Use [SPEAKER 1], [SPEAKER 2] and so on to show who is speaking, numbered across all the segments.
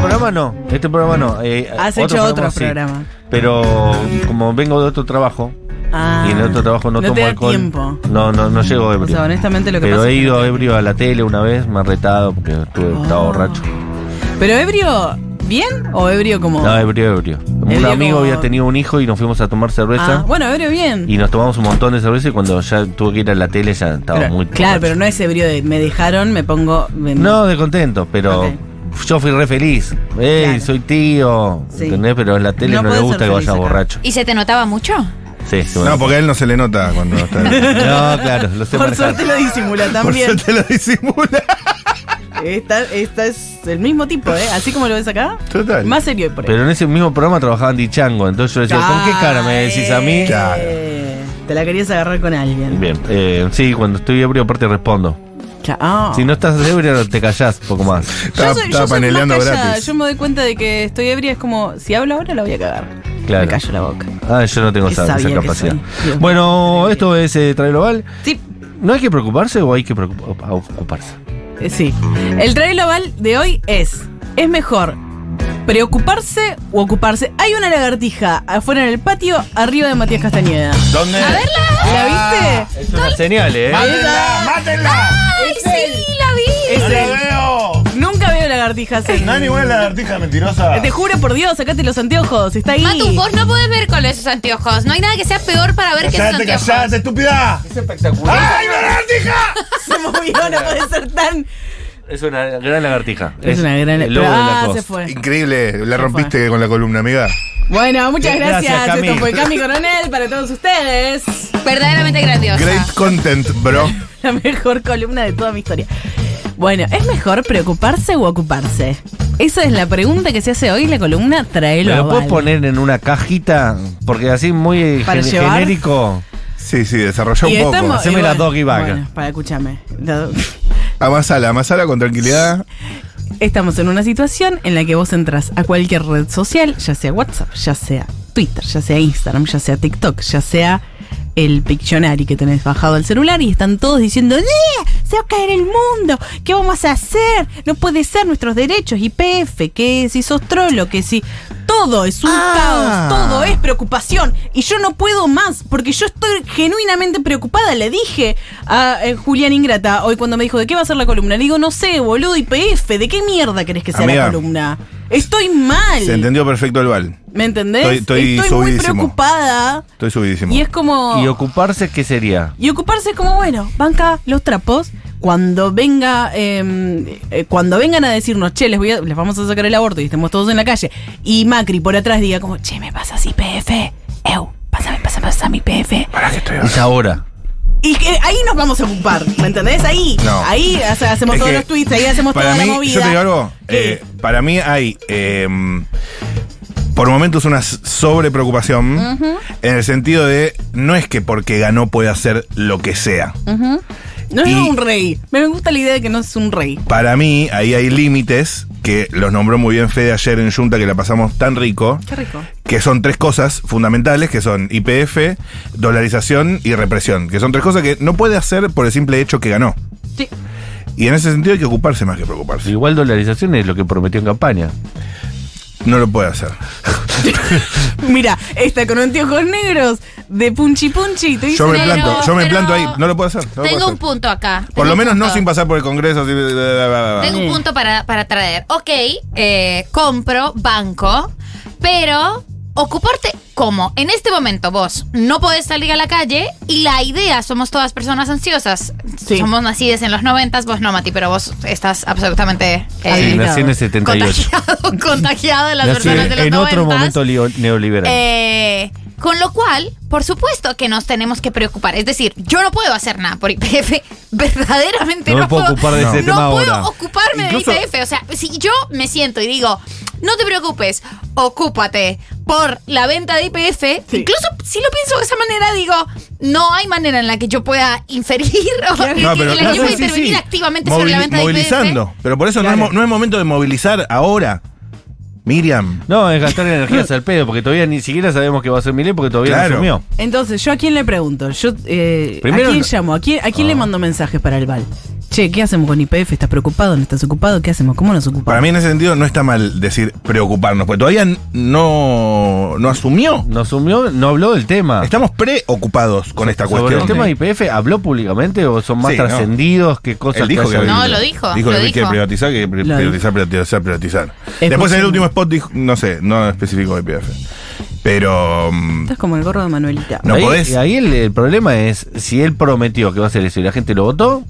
[SPEAKER 1] programa no, este programa no. eh,
[SPEAKER 2] Has
[SPEAKER 1] otro
[SPEAKER 2] hecho otros
[SPEAKER 1] sí.
[SPEAKER 2] programas.
[SPEAKER 1] Pero como vengo de otro trabajo
[SPEAKER 2] Ah,
[SPEAKER 1] y en el otro trabajo no,
[SPEAKER 2] no
[SPEAKER 1] tomo
[SPEAKER 2] te da
[SPEAKER 1] alcohol.
[SPEAKER 2] tiempo.
[SPEAKER 1] No, no, no llego ebrio.
[SPEAKER 2] O sea, honestamente lo que
[SPEAKER 1] pero
[SPEAKER 2] pasa
[SPEAKER 1] he
[SPEAKER 2] es que-
[SPEAKER 1] ido ebrio a la tele una vez, me han retado porque estuve, estaba
[SPEAKER 2] Oh.
[SPEAKER 1] borracho.
[SPEAKER 2] ¿Pero ebrio bien o ebrio como.?
[SPEAKER 1] No, ebrio, ebrio. Un
[SPEAKER 2] Ebrio
[SPEAKER 1] amigo
[SPEAKER 2] como-
[SPEAKER 1] había tenido un hijo y nos fuimos a tomar cerveza.
[SPEAKER 2] Ah, bueno, ebrio bien.
[SPEAKER 1] Y nos tomamos un montón de cerveza y cuando ya tuve que ir a la tele ya estaba
[SPEAKER 2] Pero-
[SPEAKER 1] muy...
[SPEAKER 2] claro,
[SPEAKER 1] borracho.
[SPEAKER 2] pero no es ebrio de me dejaron, me pongo. me-
[SPEAKER 1] No, de contento, pero
[SPEAKER 2] Ok.
[SPEAKER 1] yo fui re feliz. Ey,
[SPEAKER 2] Claro.
[SPEAKER 1] soy tío,
[SPEAKER 2] Sí.
[SPEAKER 1] ¿entendés? Pero en la tele
[SPEAKER 2] No
[SPEAKER 1] no, le
[SPEAKER 2] puede
[SPEAKER 1] gusta
[SPEAKER 2] ser
[SPEAKER 1] que
[SPEAKER 2] feliz
[SPEAKER 1] vayas
[SPEAKER 2] acá.
[SPEAKER 1] borracho.
[SPEAKER 3] ¿Y se te notaba mucho?
[SPEAKER 1] Sí, sí, bueno.
[SPEAKER 4] No, porque a él no se le nota cuando está.
[SPEAKER 1] No, claro, lo sé
[SPEAKER 2] Por
[SPEAKER 1] manejar.
[SPEAKER 2] suerte lo disimula
[SPEAKER 4] Por
[SPEAKER 2] también.
[SPEAKER 4] eso te lo disimula.
[SPEAKER 2] Esta, esta es el mismo tipo, ¿eh? Así como lo ves acá.
[SPEAKER 4] Total.
[SPEAKER 2] Más serio por ahí.
[SPEAKER 1] Pero en ese mismo programa trabajaban Dichango, entonces yo decía, ¿con qué cara me decís a mí?
[SPEAKER 4] Claro.
[SPEAKER 2] Eh, Te la querías agarrar con alguien.
[SPEAKER 1] Bien, eh, sí, cuando estoy ebrio aparte respondo.
[SPEAKER 2] Chao.
[SPEAKER 1] Si no estás ebrio te callás poco más.
[SPEAKER 4] Estaba,
[SPEAKER 2] ah. soy-
[SPEAKER 4] estaba
[SPEAKER 2] soy más
[SPEAKER 4] paneleando
[SPEAKER 2] callada.
[SPEAKER 4] gratis.
[SPEAKER 2] Yo me doy cuenta de que estoy ebria, es como, si hablo ahora la voy a cagar.
[SPEAKER 1] Claro.
[SPEAKER 2] Me callo la boca.
[SPEAKER 1] Ah, yo no tengo
[SPEAKER 2] Qué
[SPEAKER 1] esa, esa
[SPEAKER 2] sabia que
[SPEAKER 1] capacidad.
[SPEAKER 2] soy. Dios.
[SPEAKER 1] Bueno, esto es eh, Trail Oval.
[SPEAKER 2] Sí,
[SPEAKER 1] ¿No hay que preocuparse o hay que preocup- ocuparse?
[SPEAKER 2] eh, sí. El trail oval de hoy es, es mejor preocuparse o ocuparse. Hay una lagartija afuera en el patio, arriba de Matías Castañeda.
[SPEAKER 4] ¿Dónde?
[SPEAKER 2] ¿La viste?
[SPEAKER 1] Es una señal, ¿eh?
[SPEAKER 4] ¡Mátenla! ¡Mátenla!
[SPEAKER 3] ¡Ay, sí! ¡La vi!
[SPEAKER 2] Es
[SPEAKER 4] ¡No
[SPEAKER 2] él.
[SPEAKER 4] la veo!
[SPEAKER 2] Nunca veo lagartijas en-
[SPEAKER 4] No hay ninguna lagartija mentirosa.
[SPEAKER 2] Te juro por Dios, sacate los anteojos, está ahí.
[SPEAKER 3] Matu, vos no podés ver con esos anteojos. No hay nada que sea peor para ver que esos
[SPEAKER 4] ¡Callate,
[SPEAKER 3] anteojos.
[SPEAKER 4] callate, estúpida!
[SPEAKER 1] Es espectacular.
[SPEAKER 4] ¡Ay, una lagartija!
[SPEAKER 2] Se movió, no puede ser tan.
[SPEAKER 1] Es una gran lagartija.
[SPEAKER 2] Es una gran.
[SPEAKER 1] el lobo de la
[SPEAKER 2] ah,
[SPEAKER 1] costa.
[SPEAKER 2] se fue.
[SPEAKER 4] Increíble, la rompiste con la columna, amiga.
[SPEAKER 2] Bueno, muchas
[SPEAKER 1] Bien,
[SPEAKER 2] gracias.
[SPEAKER 1] gracias,
[SPEAKER 2] Esto
[SPEAKER 1] Cami.
[SPEAKER 2] fue Cami Coronel para todos ustedes.
[SPEAKER 3] Verdaderamente grandiosa.
[SPEAKER 4] Great content, bro.
[SPEAKER 2] La mejor columna de toda mi historia. Bueno, ¿es mejor preocuparse o ocuparse? Esa es la pregunta que se hace hoy en la columna Traelo
[SPEAKER 1] ¿Me
[SPEAKER 2] a
[SPEAKER 1] lo puedes
[SPEAKER 2] Val.
[SPEAKER 1] poner en una cajita? Porque así muy
[SPEAKER 2] ¿Para
[SPEAKER 1] gen-
[SPEAKER 2] llevar?
[SPEAKER 1] genérico.
[SPEAKER 4] Sí, sí, desarrolló
[SPEAKER 2] Y
[SPEAKER 4] un poco.
[SPEAKER 2] estamos-
[SPEAKER 1] Haceme
[SPEAKER 2] y
[SPEAKER 1] la doggy bag.
[SPEAKER 2] Bueno, para escúchame. La do-
[SPEAKER 4] Amasala, amasala con tranquilidad.
[SPEAKER 2] Estamos en una situación en la que vos entras a cualquier red social, ya sea WhatsApp, ya sea Twitter, ya sea Instagram, ya sea TikTok, ya sea el Pictionary que tenés bajado al celular y están todos diciendo "¡Eh! ¡Se va a caer el mundo! ¿Qué vamos a hacer? No puede ser nuestros derechos, IPF, que si sos trolo, que si... Todo es un
[SPEAKER 4] Ah.
[SPEAKER 2] caos, todo es preocupación y yo no puedo más porque yo estoy genuinamente preocupada. Le dije a eh, Julián Ingrata hoy cuando me dijo de qué va a ser la columna. Le digo, no sé, boludo, IPF, ¿de qué mierda querés que sea
[SPEAKER 4] Amiga.
[SPEAKER 2] la columna? Estoy mal.
[SPEAKER 4] Se entendió perfecto el bal.
[SPEAKER 2] ¿Me entendés?
[SPEAKER 4] Estoy- estoy
[SPEAKER 2] muy
[SPEAKER 4] subidísimo.
[SPEAKER 2] preocupada
[SPEAKER 4] Estoy subidísimo.
[SPEAKER 2] y es como.
[SPEAKER 1] ¿Y ocuparse qué sería?
[SPEAKER 2] y ocuparse es como, bueno, banca los trapos. Cuando venga, eh, eh, cuando vengan a decirnos, che, les, voy a- les vamos a sacar el aborto y estemos todos en la calle, y Macri por atrás diga como, che, me pasas IPF, eu, pásame, pásame, pásame IPF.
[SPEAKER 4] Pará que estoy
[SPEAKER 1] Es ahora.
[SPEAKER 2] Y que ahí nos vamos a ocupar, ¿me entendés? Ahí,
[SPEAKER 4] No.
[SPEAKER 2] ahí o sea, hacemos
[SPEAKER 4] Es
[SPEAKER 2] todos
[SPEAKER 4] que
[SPEAKER 2] los tweets, ahí hacemos
[SPEAKER 4] para
[SPEAKER 2] toda
[SPEAKER 4] mí,
[SPEAKER 2] la movida.
[SPEAKER 4] Yo te digo algo.
[SPEAKER 2] ¿Qué?
[SPEAKER 4] eh, para mí hay. eh, por momentos una s- sobrepreocupación en el sentido de no es que porque ganó puede hacer lo que sea.
[SPEAKER 2] no es
[SPEAKER 4] y-
[SPEAKER 2] un rey. Me gusta la idea de que no es un rey.
[SPEAKER 4] Para mí ahí hay límites que los nombró muy bien Fede ayer en Junta que la pasamos tan rico,
[SPEAKER 2] Qué rico.
[SPEAKER 4] que son tres cosas fundamentales que son IPF, dolarización y represión, que son tres cosas que no puede hacer por el simple hecho que ganó.
[SPEAKER 2] Sí.
[SPEAKER 4] Y en ese sentido hay que ocuparse más que preocuparse.
[SPEAKER 1] Pues Igual dolarización es lo que prometió en campaña.
[SPEAKER 4] No lo puede hacer.
[SPEAKER 2] Mira, esta con anteojos negros de punchi punchi. Te dice,
[SPEAKER 4] Yo me
[SPEAKER 3] Pero-
[SPEAKER 4] planto, yo me
[SPEAKER 3] pero-
[SPEAKER 4] planto ahí. No lo puedo hacer. no lo puedo
[SPEAKER 3] Tengo
[SPEAKER 4] hacer.
[SPEAKER 3] un punto acá.
[SPEAKER 4] Por
[SPEAKER 3] Tengo
[SPEAKER 4] lo
[SPEAKER 3] un
[SPEAKER 4] menos no
[SPEAKER 3] punto.
[SPEAKER 4] sin pasar por el Congreso. así, bla, bla, bla, bla, Mm. bla.
[SPEAKER 3] Tengo
[SPEAKER 2] Sí.
[SPEAKER 3] un punto para, para traer. Ok, eh, compro, banco, pero ocuparte como en este momento vos no podés salir a la calle y la idea, somos todas personas ansiosas.
[SPEAKER 2] Sí.
[SPEAKER 3] Somos nacidas en los noventas, vos no, Mati, pero vos estás absolutamente
[SPEAKER 2] Ahí.
[SPEAKER 3] eh,
[SPEAKER 1] nací en el 78.
[SPEAKER 3] contagiado, contagiado de las
[SPEAKER 1] Nací
[SPEAKER 3] personas de los
[SPEAKER 1] en otro
[SPEAKER 3] 90s.
[SPEAKER 1] momento lio- neoliberal.
[SPEAKER 3] Eh, con lo cual, por supuesto que nos tenemos que preocupar. Es decir, yo no puedo hacer nada por IPF. Verdaderamente
[SPEAKER 1] No
[SPEAKER 3] no,
[SPEAKER 1] me puedo ocupar de ese
[SPEAKER 3] no
[SPEAKER 1] tema
[SPEAKER 3] puedo
[SPEAKER 1] ahora.
[SPEAKER 3] ocuparme
[SPEAKER 1] Incluso-
[SPEAKER 3] de IPF. O sea, si yo me siento y digo, no te preocupes, ocúpate por la venta de IPF,
[SPEAKER 2] Sí.
[SPEAKER 3] incluso si lo pienso de esa manera, digo, no hay manera en la que yo pueda inferir o que,
[SPEAKER 4] No, pero-
[SPEAKER 3] que
[SPEAKER 4] no,
[SPEAKER 3] yo
[SPEAKER 4] sí,
[SPEAKER 3] pueda
[SPEAKER 4] sí,
[SPEAKER 3] intervenir
[SPEAKER 4] sí.
[SPEAKER 3] activamente
[SPEAKER 4] Movili-
[SPEAKER 3] sobre la venta de IPF.
[SPEAKER 4] movilizando. Pero por eso no es mo- no, es, momento de movilizar ahora. Miriam.
[SPEAKER 1] No, es gastar energías al pedo, porque todavía ni siquiera sabemos que va a ser Milei porque todavía
[SPEAKER 4] Claro.
[SPEAKER 1] no asumió.
[SPEAKER 2] Entonces, ¿yo a quién le pregunto? Yo, eh, ¿A
[SPEAKER 1] Primero
[SPEAKER 2] quién
[SPEAKER 1] no-
[SPEAKER 4] Ah.
[SPEAKER 2] llamo? ¿A quién, a quién le mando mensajes para el bal? Che, ¿qué hacemos con IPF? ¿Estás preocupado? ¿No estás ocupado? ¿Qué hacemos? ¿Cómo nos ocupamos?
[SPEAKER 4] Para mí en ese sentido no está mal decir preocuparnos, porque todavía n- no, no asumió.
[SPEAKER 1] No asumió, no habló del tema.
[SPEAKER 4] Estamos preocupados con esta
[SPEAKER 1] Sobre el
[SPEAKER 4] cuestión.
[SPEAKER 1] tema de IPF, ¿habló públicamente o son más
[SPEAKER 4] Sí, no.
[SPEAKER 1] trascendidos? ¿Qué cosas
[SPEAKER 4] Él dijo que
[SPEAKER 1] hacen?
[SPEAKER 3] No,
[SPEAKER 4] había-
[SPEAKER 3] lo dijo,
[SPEAKER 4] Dijo
[SPEAKER 3] lo
[SPEAKER 4] que
[SPEAKER 3] dijo.
[SPEAKER 4] quiere privatizar, que pri-
[SPEAKER 2] Lo
[SPEAKER 4] privatizar, privatizar, privatizar.
[SPEAKER 2] Escuchen.
[SPEAKER 4] Después en el último spot dijo, no sé, no especificó IPF. Pero mm,
[SPEAKER 2] Estás como el gorro de Manuelita.
[SPEAKER 4] No
[SPEAKER 1] ahí,
[SPEAKER 4] podés.
[SPEAKER 1] Ahí el, el problema es si él prometió que va a hacer eso y la gente lo votó,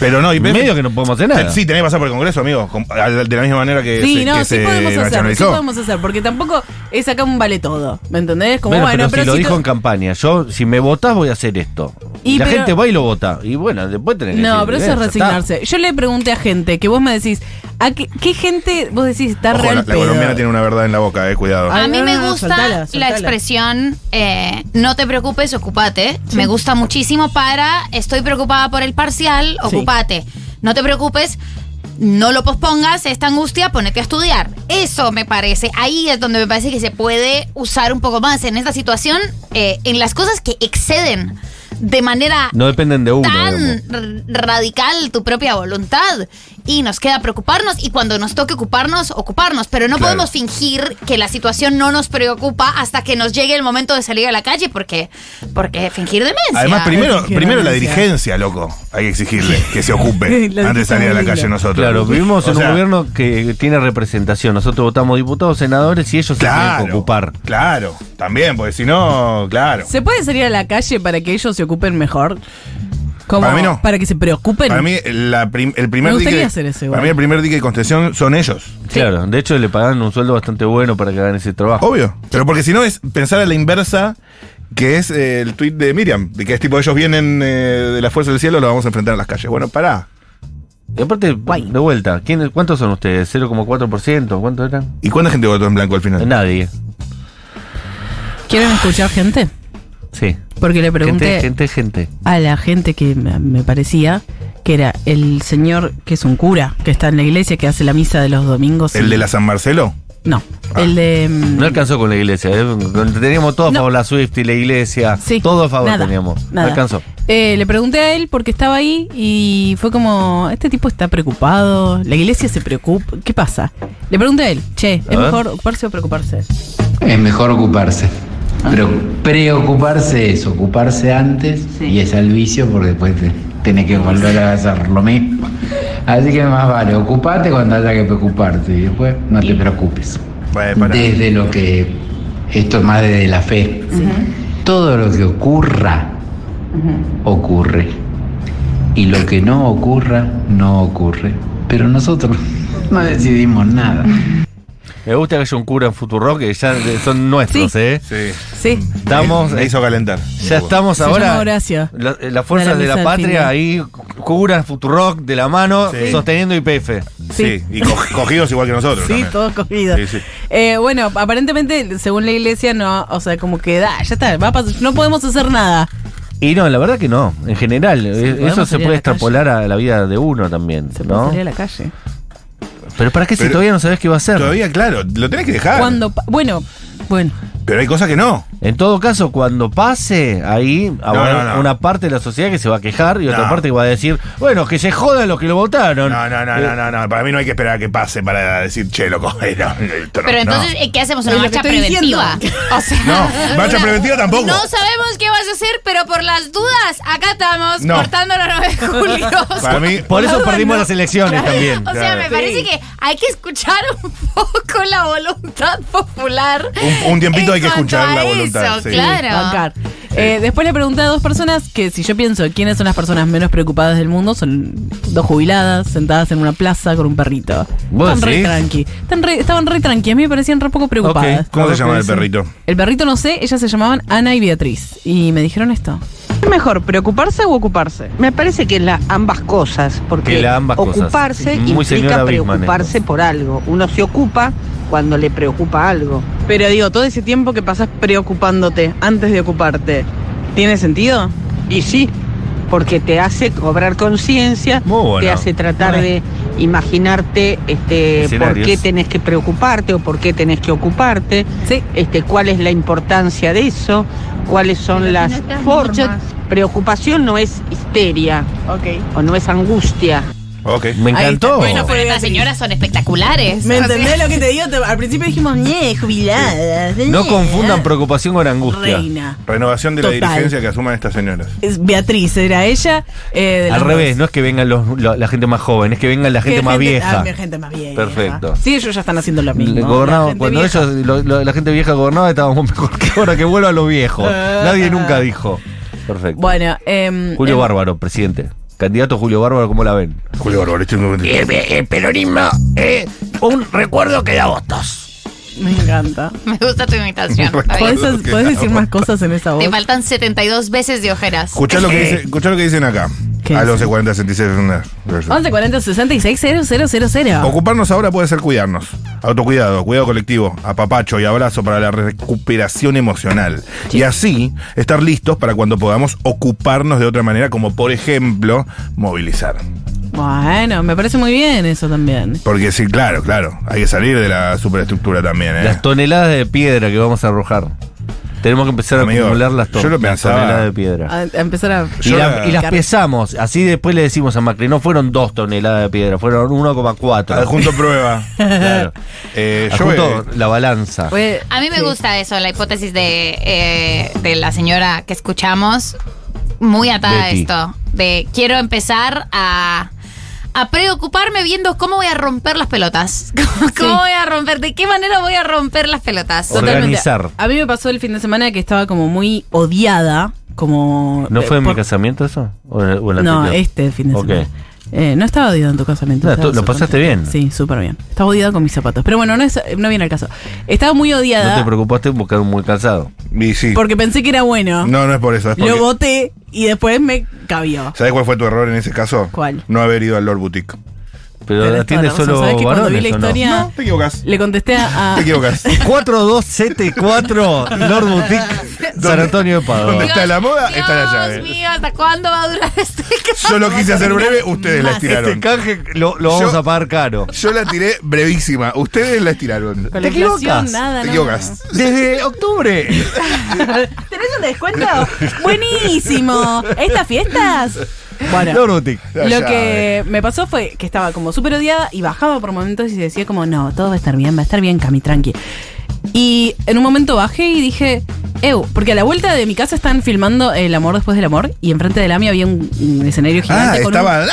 [SPEAKER 4] pero no, IPF
[SPEAKER 1] medio que no podemos hacer nada.
[SPEAKER 4] Sí, tenés que pasar por el Congreso, amigo, com- al- de la misma manera que
[SPEAKER 2] Sí,
[SPEAKER 4] se,
[SPEAKER 2] no,
[SPEAKER 4] que
[SPEAKER 2] sí
[SPEAKER 4] se
[SPEAKER 2] podemos hacer, sí
[SPEAKER 4] nacionalizó.
[SPEAKER 2] podemos hacer, porque tampoco es acá un vale todo, ¿me entendés? Como
[SPEAKER 1] Bueno,
[SPEAKER 2] bueno,
[SPEAKER 1] pero, si lo dijo
[SPEAKER 2] to-
[SPEAKER 1] en campaña, yo si me votás voy a hacer esto.
[SPEAKER 2] Y
[SPEAKER 1] Y la
[SPEAKER 2] pero-
[SPEAKER 1] gente va y lo vota. Y bueno, después tenés que
[SPEAKER 2] No,
[SPEAKER 1] decir,
[SPEAKER 2] pero
[SPEAKER 1] "Eh,
[SPEAKER 2] eso es
[SPEAKER 1] ya está".
[SPEAKER 2] resignarse. Yo le pregunté a gente que vos me decís, ¿a qué, qué gente vos decís está
[SPEAKER 4] Ojo,
[SPEAKER 2] real
[SPEAKER 4] la, la
[SPEAKER 2] pedo?
[SPEAKER 4] colombiana tiene una verdad en la boca, eh, cuidado.
[SPEAKER 2] Ah,
[SPEAKER 3] A
[SPEAKER 2] Ay,
[SPEAKER 3] mí
[SPEAKER 2] no,
[SPEAKER 3] me
[SPEAKER 2] no, no,
[SPEAKER 3] gusta
[SPEAKER 2] soltala, soltala.
[SPEAKER 3] la expresión eh, no te preocupes, ocupate. Me gusta muchísimo para estoy preocupada por el parcial,
[SPEAKER 2] Sí.
[SPEAKER 3] ocupate. No te preocupes, no lo pospongas, esta angustia, ponete a estudiar. Eso me parece, ahí es donde me parece que se puede usar un poco más en esta situación, eh, en las cosas que exceden de manera
[SPEAKER 1] No dependen de uno. digamos.
[SPEAKER 3] tan r- radical tu propia voluntad y nos queda preocuparnos y cuando nos toque ocuparnos, ocuparnos, pero no
[SPEAKER 4] Claro.
[SPEAKER 3] podemos fingir que la situación no nos preocupa hasta que nos llegue el momento de salir a la calle porque porque fingir demencia.
[SPEAKER 4] Además, primero,
[SPEAKER 2] exigen
[SPEAKER 4] primero la
[SPEAKER 2] renuncia.
[SPEAKER 4] dirigencia, loco. Hay que exigirle que se ocupe
[SPEAKER 2] La
[SPEAKER 4] antes de salir a la
[SPEAKER 2] dirigencia
[SPEAKER 4] calle
[SPEAKER 2] muy
[SPEAKER 4] nosotros.
[SPEAKER 1] Claro, vivimos
[SPEAKER 4] O
[SPEAKER 1] en
[SPEAKER 4] sea,
[SPEAKER 1] un gobierno que tiene representación. Nosotros votamos diputados, senadores y ellos se tienen
[SPEAKER 4] Claro,
[SPEAKER 1] que ocupar.
[SPEAKER 4] Claro, también, porque si no, claro.
[SPEAKER 2] ¿Se puede salir a la calle para que ellos se ocupen mejor? Como
[SPEAKER 4] Para mí no.
[SPEAKER 2] Para que se preocupen.
[SPEAKER 4] Para mí, la prim- el primer
[SPEAKER 2] Me gustaría
[SPEAKER 4] dique-
[SPEAKER 2] hacer eso igual.
[SPEAKER 4] Para mí, el primer dique de concesión son ellos.
[SPEAKER 1] Claro, de hecho le pagan un sueldo bastante bueno para que hagan ese trabajo.
[SPEAKER 4] Obvio. Pero porque si no es pensar a la inversa, que es eh, el tuit de Miriam, de que es tipo, ellos vienen eh, de la fuerza del cielo, lo vamos a enfrentar en las calles. Bueno, pará.
[SPEAKER 1] Y aparte, de vuelta, ¿quién, ¿cuántos son ustedes? ¿0,4%? ¿Cuánto eran?
[SPEAKER 4] ¿Y cuánta gente votó en blanco al final?
[SPEAKER 1] Nadie.
[SPEAKER 2] ¿Quieren escuchar gente?
[SPEAKER 1] Sí.
[SPEAKER 2] Porque le pregunté
[SPEAKER 1] Gente, gente, gente.
[SPEAKER 2] a la gente que me me parecía que era el señor que es un cura, que está en la iglesia, que hace la misa de los domingos.
[SPEAKER 4] ¿El de la San Marcelo?
[SPEAKER 2] No,
[SPEAKER 4] Ah.
[SPEAKER 2] el de... mm,
[SPEAKER 1] No alcanzó con la iglesia. ¿eh? Teníamos todo a
[SPEAKER 2] No.
[SPEAKER 1] favor, la Swift y la iglesia.
[SPEAKER 2] Sí.
[SPEAKER 1] Todo a favor
[SPEAKER 2] Nada,
[SPEAKER 1] teníamos.
[SPEAKER 2] nada.
[SPEAKER 1] No alcanzó.
[SPEAKER 2] Eh, le pregunté a él porque estaba ahí y fue como, este tipo está preocupado, la iglesia se preocupa, ¿qué pasa? Le pregunté a él, che, ¿es
[SPEAKER 1] ver.
[SPEAKER 2] mejor ocuparse o preocuparse?
[SPEAKER 5] Es mejor ocuparse. Pero preocuparse es ocuparse antes y es al vicio porque después te- tenés que volver a hacer lo mismo. Así que más vale, ocupate cuando haya que preocuparte y después no te preocupes.
[SPEAKER 4] Bueno, pará.
[SPEAKER 5] Desde lo que, esto es más desde la fe, todo lo que ocurra, ocurre. Y lo que no ocurra, no ocurre. Pero nosotros no decidimos nada.
[SPEAKER 1] Me gusta que haya un cura en Futurock, que ya de- son nuestros,
[SPEAKER 2] Sí.
[SPEAKER 1] ¿eh?
[SPEAKER 4] Sí.
[SPEAKER 2] Sí,
[SPEAKER 1] Estamos,
[SPEAKER 4] Me hizo calentar. un
[SPEAKER 1] ya
[SPEAKER 4] poco.
[SPEAKER 1] estamos
[SPEAKER 2] Se
[SPEAKER 1] ahora.
[SPEAKER 2] llama Horacio.
[SPEAKER 1] la- eh, las fuerzas
[SPEAKER 2] De
[SPEAKER 1] de
[SPEAKER 2] la
[SPEAKER 1] la,
[SPEAKER 2] misa del fin de-
[SPEAKER 1] patria ahí, cura Futurock de la mano,
[SPEAKER 4] Sí.
[SPEAKER 1] sosteniendo IPF.
[SPEAKER 4] Sí, y co- cogidos igual que nosotros.
[SPEAKER 2] sí,
[SPEAKER 4] también.
[SPEAKER 2] todos cogidos.
[SPEAKER 4] Sí, sí.
[SPEAKER 2] Eh, bueno, aparentemente, según la iglesia, no, o sea, como que da, ya está, va a pasar, no podemos hacer nada.
[SPEAKER 1] Y no, la verdad que no, en general. eh,
[SPEAKER 2] podemos
[SPEAKER 1] eso se
[SPEAKER 2] salir
[SPEAKER 1] puede
[SPEAKER 2] a la calle.
[SPEAKER 1] extrapolar a la vida de uno también,
[SPEAKER 2] Se puede
[SPEAKER 1] ¿no?
[SPEAKER 2] salir a la calle.
[SPEAKER 1] Pero ¿para qué si
[SPEAKER 4] Pero-
[SPEAKER 1] todavía no sabes qué va a hacer?
[SPEAKER 4] Todavía, claro, lo tenés que dejar.
[SPEAKER 2] Cuando, pa- bueno, bueno,
[SPEAKER 4] Pero hay cosas que no.
[SPEAKER 1] En todo caso, cuando pase, ahí habrá
[SPEAKER 4] no, no.
[SPEAKER 1] una parte de la sociedad que se va a quejar y otra
[SPEAKER 4] No.
[SPEAKER 1] parte que va a decir, bueno, que se jodan los que lo votaron.
[SPEAKER 4] No, no, no,
[SPEAKER 1] Eh,
[SPEAKER 4] no, no, no. Para mí no hay que esperar a que pase para decir, che, loco, no, esto no,
[SPEAKER 3] Pero entonces,
[SPEAKER 4] no.
[SPEAKER 3] eh, ¿qué hacemos?
[SPEAKER 2] Es
[SPEAKER 3] ¿Una
[SPEAKER 2] lo que
[SPEAKER 3] marcha
[SPEAKER 2] estoy
[SPEAKER 3] preventiva?
[SPEAKER 2] diciendo.
[SPEAKER 3] O sea,
[SPEAKER 4] No, marcha
[SPEAKER 3] una-
[SPEAKER 4] preventiva tampoco.
[SPEAKER 3] No sabemos qué vas a hacer, pero por las dudas, acá estamos
[SPEAKER 4] No.
[SPEAKER 3] portando la 9 de julio.
[SPEAKER 4] Para mí,
[SPEAKER 1] Por eso
[SPEAKER 2] No,
[SPEAKER 1] perdimos
[SPEAKER 2] no.
[SPEAKER 1] las elecciones también.
[SPEAKER 3] O sea, me
[SPEAKER 2] Sí.
[SPEAKER 3] parece que hay que escuchar un poco la voluntad popular.
[SPEAKER 4] Un- un tiempito
[SPEAKER 3] en
[SPEAKER 4] hay que
[SPEAKER 3] cuanto
[SPEAKER 4] escuchar
[SPEAKER 3] a
[SPEAKER 4] la voluntad,
[SPEAKER 3] eso,
[SPEAKER 4] sí.
[SPEAKER 3] Claro.
[SPEAKER 2] bancar. Eh, después le pregunté a dos personas que si yo pienso quiénes son las personas menos preocupadas del mundo, son dos jubiladas sentadas en una plaza con un perrito.
[SPEAKER 1] ¿Vos
[SPEAKER 2] Están re
[SPEAKER 1] decís?
[SPEAKER 2] tranqui. Están re- estaban re tranqui, a mí me parecían re poco preocupadas.
[SPEAKER 1] Ok.
[SPEAKER 4] ¿Cómo se
[SPEAKER 1] Claro,
[SPEAKER 4] llama el
[SPEAKER 1] sí.
[SPEAKER 4] perrito?
[SPEAKER 2] El perrito no sé, ellas se llamaban Ana y Beatriz. Y me dijeron esto.
[SPEAKER 6] ¿Es mejor preocuparse o ocuparse? Me parece que la, ambas cosas,
[SPEAKER 1] Que
[SPEAKER 6] porque
[SPEAKER 1] la ambas cosas.
[SPEAKER 6] ocuparse
[SPEAKER 1] Muy señora
[SPEAKER 6] implica
[SPEAKER 1] Bigman,
[SPEAKER 6] preocuparse
[SPEAKER 1] esto.
[SPEAKER 6] por algo. Uno se ocupa cuando le preocupa algo.
[SPEAKER 7] Pero digo, todo ese tiempo que pasas preocupándote antes de ocuparte, ¿tiene sentido?
[SPEAKER 6] Y sí, porque te hace cobrar conciencia,
[SPEAKER 4] Muy bueno.
[SPEAKER 6] te hace tratar de imaginarte este, por
[SPEAKER 1] Escenarios.
[SPEAKER 6] qué tenés que preocuparte o por qué tenés que ocuparte,
[SPEAKER 2] Sí.
[SPEAKER 6] este, cuál es la importancia de eso, cuáles son las formas Preocupación no es histeria
[SPEAKER 7] Ok.
[SPEAKER 6] o no es angustia.
[SPEAKER 4] Ok.
[SPEAKER 1] Me encantó.
[SPEAKER 2] Ahí está.
[SPEAKER 3] Bueno, pero estas señoras son espectaculares.
[SPEAKER 2] ¿Me
[SPEAKER 3] Así-
[SPEAKER 2] entendés lo que te digo? Te- al principio dijimos, ñe, jubiladas.
[SPEAKER 1] No
[SPEAKER 2] ñe".
[SPEAKER 1] confundan preocupación con angustia.
[SPEAKER 2] ¿eh? Reina.
[SPEAKER 4] Renovación de
[SPEAKER 2] Total.
[SPEAKER 4] la dirigencia que asuman estas señoras.
[SPEAKER 2] Es Beatriz, era ella. eh, de
[SPEAKER 1] Al
[SPEAKER 2] las
[SPEAKER 1] revés,
[SPEAKER 2] dos.
[SPEAKER 1] no es que vengan los- lo- la gente más joven, es que vengan la
[SPEAKER 2] Que
[SPEAKER 1] gente más vieja.
[SPEAKER 2] ah, mi gente más vieja.
[SPEAKER 1] Perfecto.
[SPEAKER 2] Sí, ellos ya están haciendo lo
[SPEAKER 1] Le
[SPEAKER 2] mismo.
[SPEAKER 1] gobernaban-
[SPEAKER 2] La gente
[SPEAKER 1] cuando
[SPEAKER 2] vieja.
[SPEAKER 1] ellos, lo- lo- la gente vieja gobernaba, estábamos mejor que ahora que vuelva a los viejos. Nadie nunca dijo. Perfecto.
[SPEAKER 2] Bueno, em,
[SPEAKER 1] Julio
[SPEAKER 2] em,
[SPEAKER 1] Bárbaro, presidente. Candidato Julio Bárbaro, ¿cómo la ven?
[SPEAKER 4] Julio Bárbaro, este es un-
[SPEAKER 2] Eh,
[SPEAKER 1] Un recuerdo que da votos.
[SPEAKER 2] Me encanta.
[SPEAKER 3] Me gusta tu imitación. está bien.
[SPEAKER 2] ¿Podés, podés decir más cosas en esa voz?
[SPEAKER 3] Te faltan 72 veces de ojeras.
[SPEAKER 4] Escuchá lo, que dice- escuchá lo que dicen acá.
[SPEAKER 2] eh. ¿Qué
[SPEAKER 4] Al
[SPEAKER 2] dicen?
[SPEAKER 4] 1140 66
[SPEAKER 2] 1140 66 000.
[SPEAKER 4] Ocuparnos ahora puede ser cuidarnos. Autocuidado, cuidado colectivo, apapacho y abrazo para la recuperación emocional. Y así estar listos para cuando podamos ocuparnos de otra manera, como por ejemplo movilizar.
[SPEAKER 2] Bueno, me parece muy bien eso también.
[SPEAKER 4] Porque sí, claro, claro, hay que salir de la superestructura también. ¿eh?
[SPEAKER 1] Las toneladas de piedra que vamos a arrojar. Tenemos que empezar a
[SPEAKER 4] Amigo,
[SPEAKER 1] acumular las, to-
[SPEAKER 4] yo lo
[SPEAKER 1] las
[SPEAKER 4] pensaba.
[SPEAKER 1] toneladas de piedra.
[SPEAKER 2] A, a empezar a.
[SPEAKER 1] Y,
[SPEAKER 4] yo
[SPEAKER 1] la-
[SPEAKER 4] la-
[SPEAKER 1] y las
[SPEAKER 2] Car-
[SPEAKER 1] pesamos, así después le decimos a Macri, no fueron dos toneladas de piedra, fueron 1,4.
[SPEAKER 4] Adjunto prueba.
[SPEAKER 1] Claro.
[SPEAKER 4] Eh, yo,
[SPEAKER 1] Adjunto
[SPEAKER 4] eh,
[SPEAKER 1] la balanza.
[SPEAKER 2] Fue-
[SPEAKER 3] A mí me
[SPEAKER 2] sí.
[SPEAKER 3] gusta eso, la hipótesis de, eh, de la señora que escuchamos, muy atada
[SPEAKER 1] Betty.
[SPEAKER 3] a esto, de quiero empezar a, a preocuparme viendo cómo voy a romper las pelotas. ¿Cómo, cómo voy a romper? ¿De qué manera voy a romper las pelotas?
[SPEAKER 1] Orga- Organizar.
[SPEAKER 2] A mí me pasó el fin de semana que estaba como muy odiada, como.
[SPEAKER 1] ¿No fue en mi
[SPEAKER 2] por-
[SPEAKER 1] casamiento eso? ¿O en, el- o en el
[SPEAKER 2] No,
[SPEAKER 1] anterior?
[SPEAKER 2] este fin de
[SPEAKER 1] Ok.
[SPEAKER 2] semana. Eh, no estaba odiado en tu casamiento.
[SPEAKER 1] No,
[SPEAKER 2] estaba
[SPEAKER 1] tú- lo
[SPEAKER 2] súper
[SPEAKER 1] pasaste bien.
[SPEAKER 2] Sí, súper bien. Estaba odiado con mis zapatos. Pero bueno, no, es, no viene al caso. Estaba muy
[SPEAKER 1] No te
[SPEAKER 2] odiada
[SPEAKER 1] preocupaste porque quedaron muy cansado.
[SPEAKER 4] y sí.
[SPEAKER 2] porque pensé que era bueno.
[SPEAKER 4] No, no es por eso. Es
[SPEAKER 2] lo
[SPEAKER 4] porque,
[SPEAKER 2] voté y después me cabió.
[SPEAKER 4] ¿Sabes cuál fue tu error en ese caso?
[SPEAKER 2] ¿Cuál?
[SPEAKER 4] No haber ido al Lord Boutique.
[SPEAKER 1] Pero
[SPEAKER 2] Tenés
[SPEAKER 1] la tiene
[SPEAKER 2] toda la razón.
[SPEAKER 1] solo
[SPEAKER 2] ¿Sabés que cuando vi
[SPEAKER 1] varones,
[SPEAKER 2] la
[SPEAKER 1] ¿o no?
[SPEAKER 2] historia-
[SPEAKER 4] No, te equivocas.
[SPEAKER 2] Le contesté a.
[SPEAKER 4] Te equivocas.
[SPEAKER 1] 4274 Lord Boutique San Antonio de Padua. Este
[SPEAKER 4] ¿Dónde está la moda?
[SPEAKER 3] Dios
[SPEAKER 4] Está la llave.
[SPEAKER 3] mío, ¿hasta cuándo va a durar este caso?
[SPEAKER 4] Yo lo quise hacer breve, ustedes la
[SPEAKER 2] Más.
[SPEAKER 4] estiraron.
[SPEAKER 1] Este canje lo, lo vamos
[SPEAKER 4] Yo-
[SPEAKER 1] a pagar caro.
[SPEAKER 4] Yo la tiré brevísima. Ustedes la estiraron. Ah,
[SPEAKER 2] con
[SPEAKER 1] te
[SPEAKER 2] la inflación,
[SPEAKER 1] equivocas.
[SPEAKER 2] Nada,
[SPEAKER 4] Te
[SPEAKER 2] no.
[SPEAKER 4] equivocas.
[SPEAKER 1] Desde octubre.
[SPEAKER 2] ¿Tenés un descuento? Buenísimo. ¿Estas fiestas? Bueno.
[SPEAKER 1] Lord Boutique.
[SPEAKER 2] Lo que me pasó fue que estaba como súper odiada y bajaba por momentos y decía como, no, todo va a estar bien, va a estar bien, Cami, tranqui. Y en un momento bajé y dije, Ew, porque a la vuelta de mi casa están filmando El amor después del amor y enfrente de Lami había un, un escenario
[SPEAKER 4] Ah,
[SPEAKER 2] gigante. con un-
[SPEAKER 4] estaba.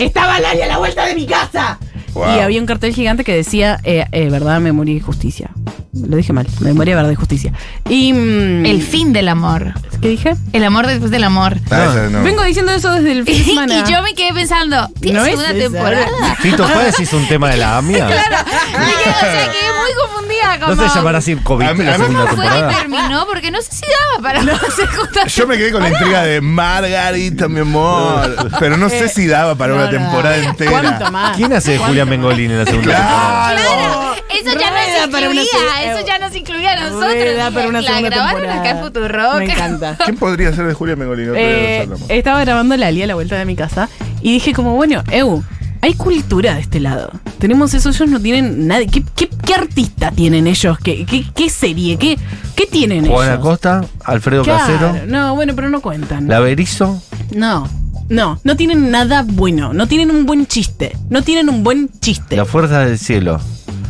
[SPEAKER 2] estaba Lami a la vuelta de mi casa.
[SPEAKER 4] Wow.
[SPEAKER 2] Y había un cartel gigante que decía, eh, eh, verdad, memoria y justicia. Lo dije mal, memoria, verdad y justicia. Y... mm,
[SPEAKER 3] El fin del amor.
[SPEAKER 2] ¿Qué dije?
[SPEAKER 3] El amor después del amor.
[SPEAKER 4] Ah, esa no.
[SPEAKER 2] Vengo diciendo eso desde el fin de
[SPEAKER 3] Y,
[SPEAKER 2] semana.
[SPEAKER 3] yo me quedé pensando, ¿tiene
[SPEAKER 2] No es
[SPEAKER 3] segunda
[SPEAKER 2] esa.
[SPEAKER 3] temporada?
[SPEAKER 1] Fito Páez hizo un tema de la AMIA.
[SPEAKER 3] Claro, me quedé- o sea, quedé muy confundida.
[SPEAKER 1] No
[SPEAKER 3] Como,
[SPEAKER 1] se llamará así COVID
[SPEAKER 4] A mí- a
[SPEAKER 1] la
[SPEAKER 4] mí-
[SPEAKER 1] segunda
[SPEAKER 4] ¿Cómo
[SPEAKER 3] fue que
[SPEAKER 1] temporada.
[SPEAKER 3] terminó? Porque no sé si daba para la segunda
[SPEAKER 4] Yo me quedé con la intriga de Margarita, mi amor. Pero no sé si daba para
[SPEAKER 2] Eh, No,
[SPEAKER 4] una
[SPEAKER 2] no,
[SPEAKER 4] temporada
[SPEAKER 2] no. ¿Cuánto
[SPEAKER 4] entera.
[SPEAKER 2] más?
[SPEAKER 1] ¿Quién hace de Julia Mengolini en la segunda temporada?
[SPEAKER 4] Claro.
[SPEAKER 3] Eso ya
[SPEAKER 2] Re da para
[SPEAKER 3] no
[SPEAKER 2] una
[SPEAKER 3] nos
[SPEAKER 2] se-
[SPEAKER 3] incluía, eso ya nos incluía a nosotros.
[SPEAKER 2] Re da
[SPEAKER 3] Dije,
[SPEAKER 2] para una
[SPEAKER 3] la
[SPEAKER 2] segunda
[SPEAKER 3] grabaron
[SPEAKER 2] temporada.
[SPEAKER 3] acá en Futurock.
[SPEAKER 2] Me encanta.
[SPEAKER 4] ¿Quién podría ser de Julia Mengolini? Otro día
[SPEAKER 2] Eh,
[SPEAKER 4] lo charlamos.
[SPEAKER 2] estaba grabando la Lía a la vuelta de mi casa y dije como, bueno, Eu, hay cultura de este lado. Tenemos eso, ellos no tienen nadie. ¿Qué, qué, qué artista tienen ellos? ¿Qué, qué, qué serie? ¿Qué, qué tienen
[SPEAKER 1] Juana
[SPEAKER 2] ellos?
[SPEAKER 1] Costa, Alfredo
[SPEAKER 2] Claro,
[SPEAKER 1] Casero,
[SPEAKER 2] no, bueno, pero no cuentan.
[SPEAKER 1] La Berizo.
[SPEAKER 2] No, no, no tienen nada bueno. No tienen un buen chiste. No tienen un buen chiste.
[SPEAKER 1] La Fuerza del Cielo.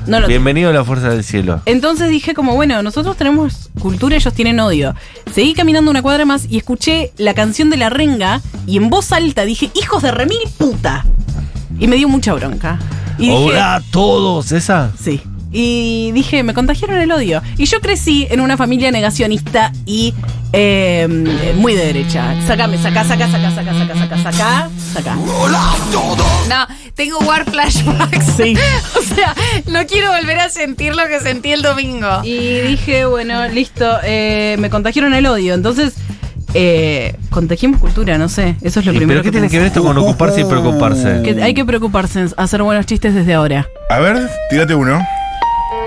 [SPEAKER 2] No lo
[SPEAKER 1] Bienvenido a la Fuerza del Cielo.
[SPEAKER 2] Entonces dije como, bueno, nosotros tenemos cultura, ellos tienen odio. Seguí caminando una cuadra más y escuché la canción de la renga y en voz alta dije, hijos de remil puta. Y me dio mucha bronca. Y dije,
[SPEAKER 1] Hola a todos, esa.
[SPEAKER 2] sí. Y dije, me contagiaron el odio. Y yo crecí en una familia negacionista y eh, muy de derecha. Sácame, saca, saca, saca, saca, saca, saca, saca, saca.
[SPEAKER 3] No, tengo War Flashbacks.
[SPEAKER 2] Sí.
[SPEAKER 3] O sea, no quiero volver a sentir lo que sentí el domingo.
[SPEAKER 2] Y dije, bueno, listo, eh, me contagiaron el odio. Entonces, eh, contagiemos cultura, no sé. Eso es lo
[SPEAKER 1] ¿Y
[SPEAKER 2] primero Uh,
[SPEAKER 1] ¿Pero qué tiene que ver esto con ocuparse y preocuparse?
[SPEAKER 2] Que hay que preocuparse en hacer buenos chistes desde ahora.
[SPEAKER 4] A ver, tírate uno.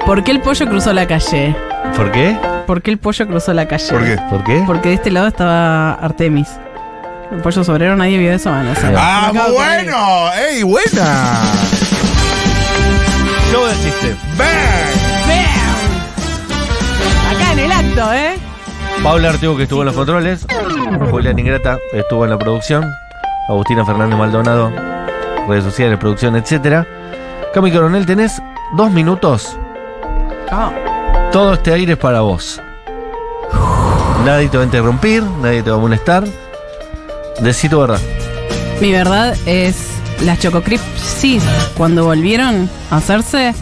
[SPEAKER 2] ¿Por qué el pollo cruzó la calle?
[SPEAKER 1] ¿Por qué?
[SPEAKER 2] ¿Por qué el pollo cruzó la calle?
[SPEAKER 4] ¿Por qué?
[SPEAKER 1] ¿Por qué?
[SPEAKER 2] Porque de este lado estaba Artemis. El pollo sobrero nadie vio eso, mano. o sea,
[SPEAKER 4] ¡Ah,
[SPEAKER 2] me acabo de acordar.
[SPEAKER 4] bueno! ¡Ey, buena!
[SPEAKER 1] Yo del chiste.
[SPEAKER 4] ¡Bang!
[SPEAKER 2] ¡Bam! Acá en el acto, ¿eh?
[SPEAKER 1] Vamos Paula Artego, que estuvo en los controles. Julia Ingrata estuvo en la producción. Agustina Fernández Maldonado, redes sociales, producción, etcétera. Cami Coronel, tenés dos minutos. Todo este aire es para vos. Nadie te va a interrumpir, nadie te va a molestar. Decí tu verdad.
[SPEAKER 2] Mi verdad es, las Choco sí, cuando volvieron a hacerse,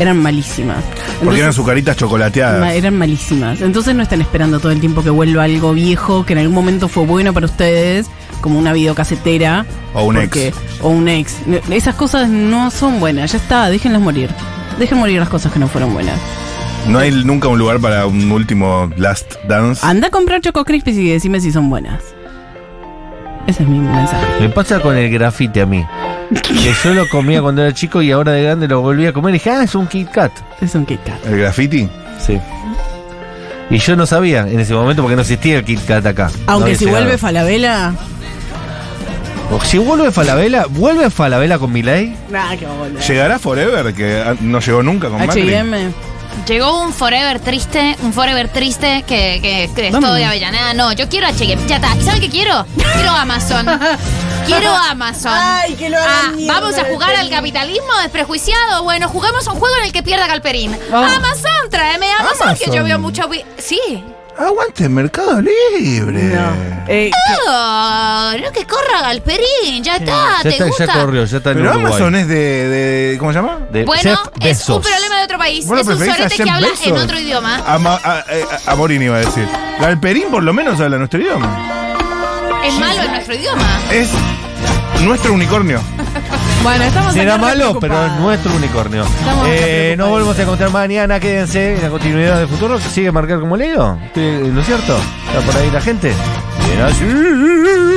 [SPEAKER 2] eran malísimas.
[SPEAKER 4] Porque eran
[SPEAKER 2] Entonces,
[SPEAKER 4] azucaritas
[SPEAKER 2] ma-
[SPEAKER 4] chocolateadas.
[SPEAKER 2] eran malísimas. Entonces no están esperando todo el tiempo que vuelva algo viejo, que en algún momento fue bueno para ustedes, como una videocasetera.
[SPEAKER 4] O un ex.
[SPEAKER 2] O un ex. Esas cosas no son buenas, ya está, déjenlas morir. Dejen morir las cosas que no fueron buenas.
[SPEAKER 4] No hay nunca un lugar para un último last dance.
[SPEAKER 2] Anda a comprar Choco Crispies y decime si son buenas. Ese es mi mensaje.
[SPEAKER 1] Me pasa con el grafite a mí. Que yo lo comía cuando era chico y ahora de grande lo volví a comer y dije, ah, es un Kit Kat.
[SPEAKER 2] Es un Kit Kat.
[SPEAKER 4] ¿El graffiti?
[SPEAKER 1] Sí. Y yo no sabía en ese momento porque no existía el Kit Kat acá. No
[SPEAKER 2] Aunque
[SPEAKER 1] había
[SPEAKER 2] si
[SPEAKER 1] llegado.
[SPEAKER 2] vuelve Falabella.
[SPEAKER 1] O Si vuelve Falabella, ¿vuelve Falabella con Milei?
[SPEAKER 2] Nada, que va a volver.
[SPEAKER 4] ¿Llegará Forever? Que ah, no llegó nunca con Macri.
[SPEAKER 2] HM.
[SPEAKER 3] Llegó un forever triste, un forever triste que, que, que es
[SPEAKER 2] Dame.
[SPEAKER 3] todo de Avellaneda. No, yo quiero HM. Ya está. ¿Y saben qué quiero? Quiero Amazon. Quiero Amazon.
[SPEAKER 8] Ay, que lo hagan
[SPEAKER 3] Ah,
[SPEAKER 8] mierda
[SPEAKER 3] Vamos a
[SPEAKER 8] el
[SPEAKER 3] jugar al
[SPEAKER 8] pelín.
[SPEAKER 3] capitalismo desprejuiciado. Bueno, juguemos un juego en el que pierda Galperín.
[SPEAKER 2] Vamos.
[SPEAKER 3] Amazon, tráeme Amazon, que
[SPEAKER 4] Amazon.
[SPEAKER 3] yo veo mucho. vi- Sí.
[SPEAKER 4] Aguante Mercado Libre.
[SPEAKER 2] No. Eh,
[SPEAKER 3] Oh, no que corra Galperín. Ya está.
[SPEAKER 1] ya,
[SPEAKER 3] Ah, ¿Te
[SPEAKER 1] está
[SPEAKER 3] gusta?
[SPEAKER 1] ya corrió, ya está en
[SPEAKER 4] Pero
[SPEAKER 1] Uruguay.
[SPEAKER 4] Amazon es de, de- ¿Cómo se llama?
[SPEAKER 1] De
[SPEAKER 3] Bueno,
[SPEAKER 1] Jeff
[SPEAKER 3] es un
[SPEAKER 1] Bezos.
[SPEAKER 3] problema de otro país.
[SPEAKER 4] ¿Vos lo
[SPEAKER 3] es un
[SPEAKER 4] preferís a
[SPEAKER 3] sorete que
[SPEAKER 4] Jeff
[SPEAKER 3] habla en
[SPEAKER 4] Bezos?
[SPEAKER 3] otro idioma.
[SPEAKER 4] Ama- a- eh, a- Amorín iba a decir. Galperín por lo menos habla nuestro idioma.
[SPEAKER 3] Es malo en nuestro idioma.
[SPEAKER 4] Es nuestro unicornio.
[SPEAKER 2] bueno, estamos
[SPEAKER 1] Será
[SPEAKER 2] acá re
[SPEAKER 1] malo, pero es
[SPEAKER 2] preocupados.
[SPEAKER 1] nuestro unicornio.
[SPEAKER 2] Estamos acá
[SPEAKER 1] Eh, nos
[SPEAKER 2] preocupados.
[SPEAKER 1] volvemos a encontrar mañana, quédense en la continuidad del futuro, que sigue marcar como Leo. Estoy- ¿No es cierto? ¿Está por ahí la gente? Bien, así.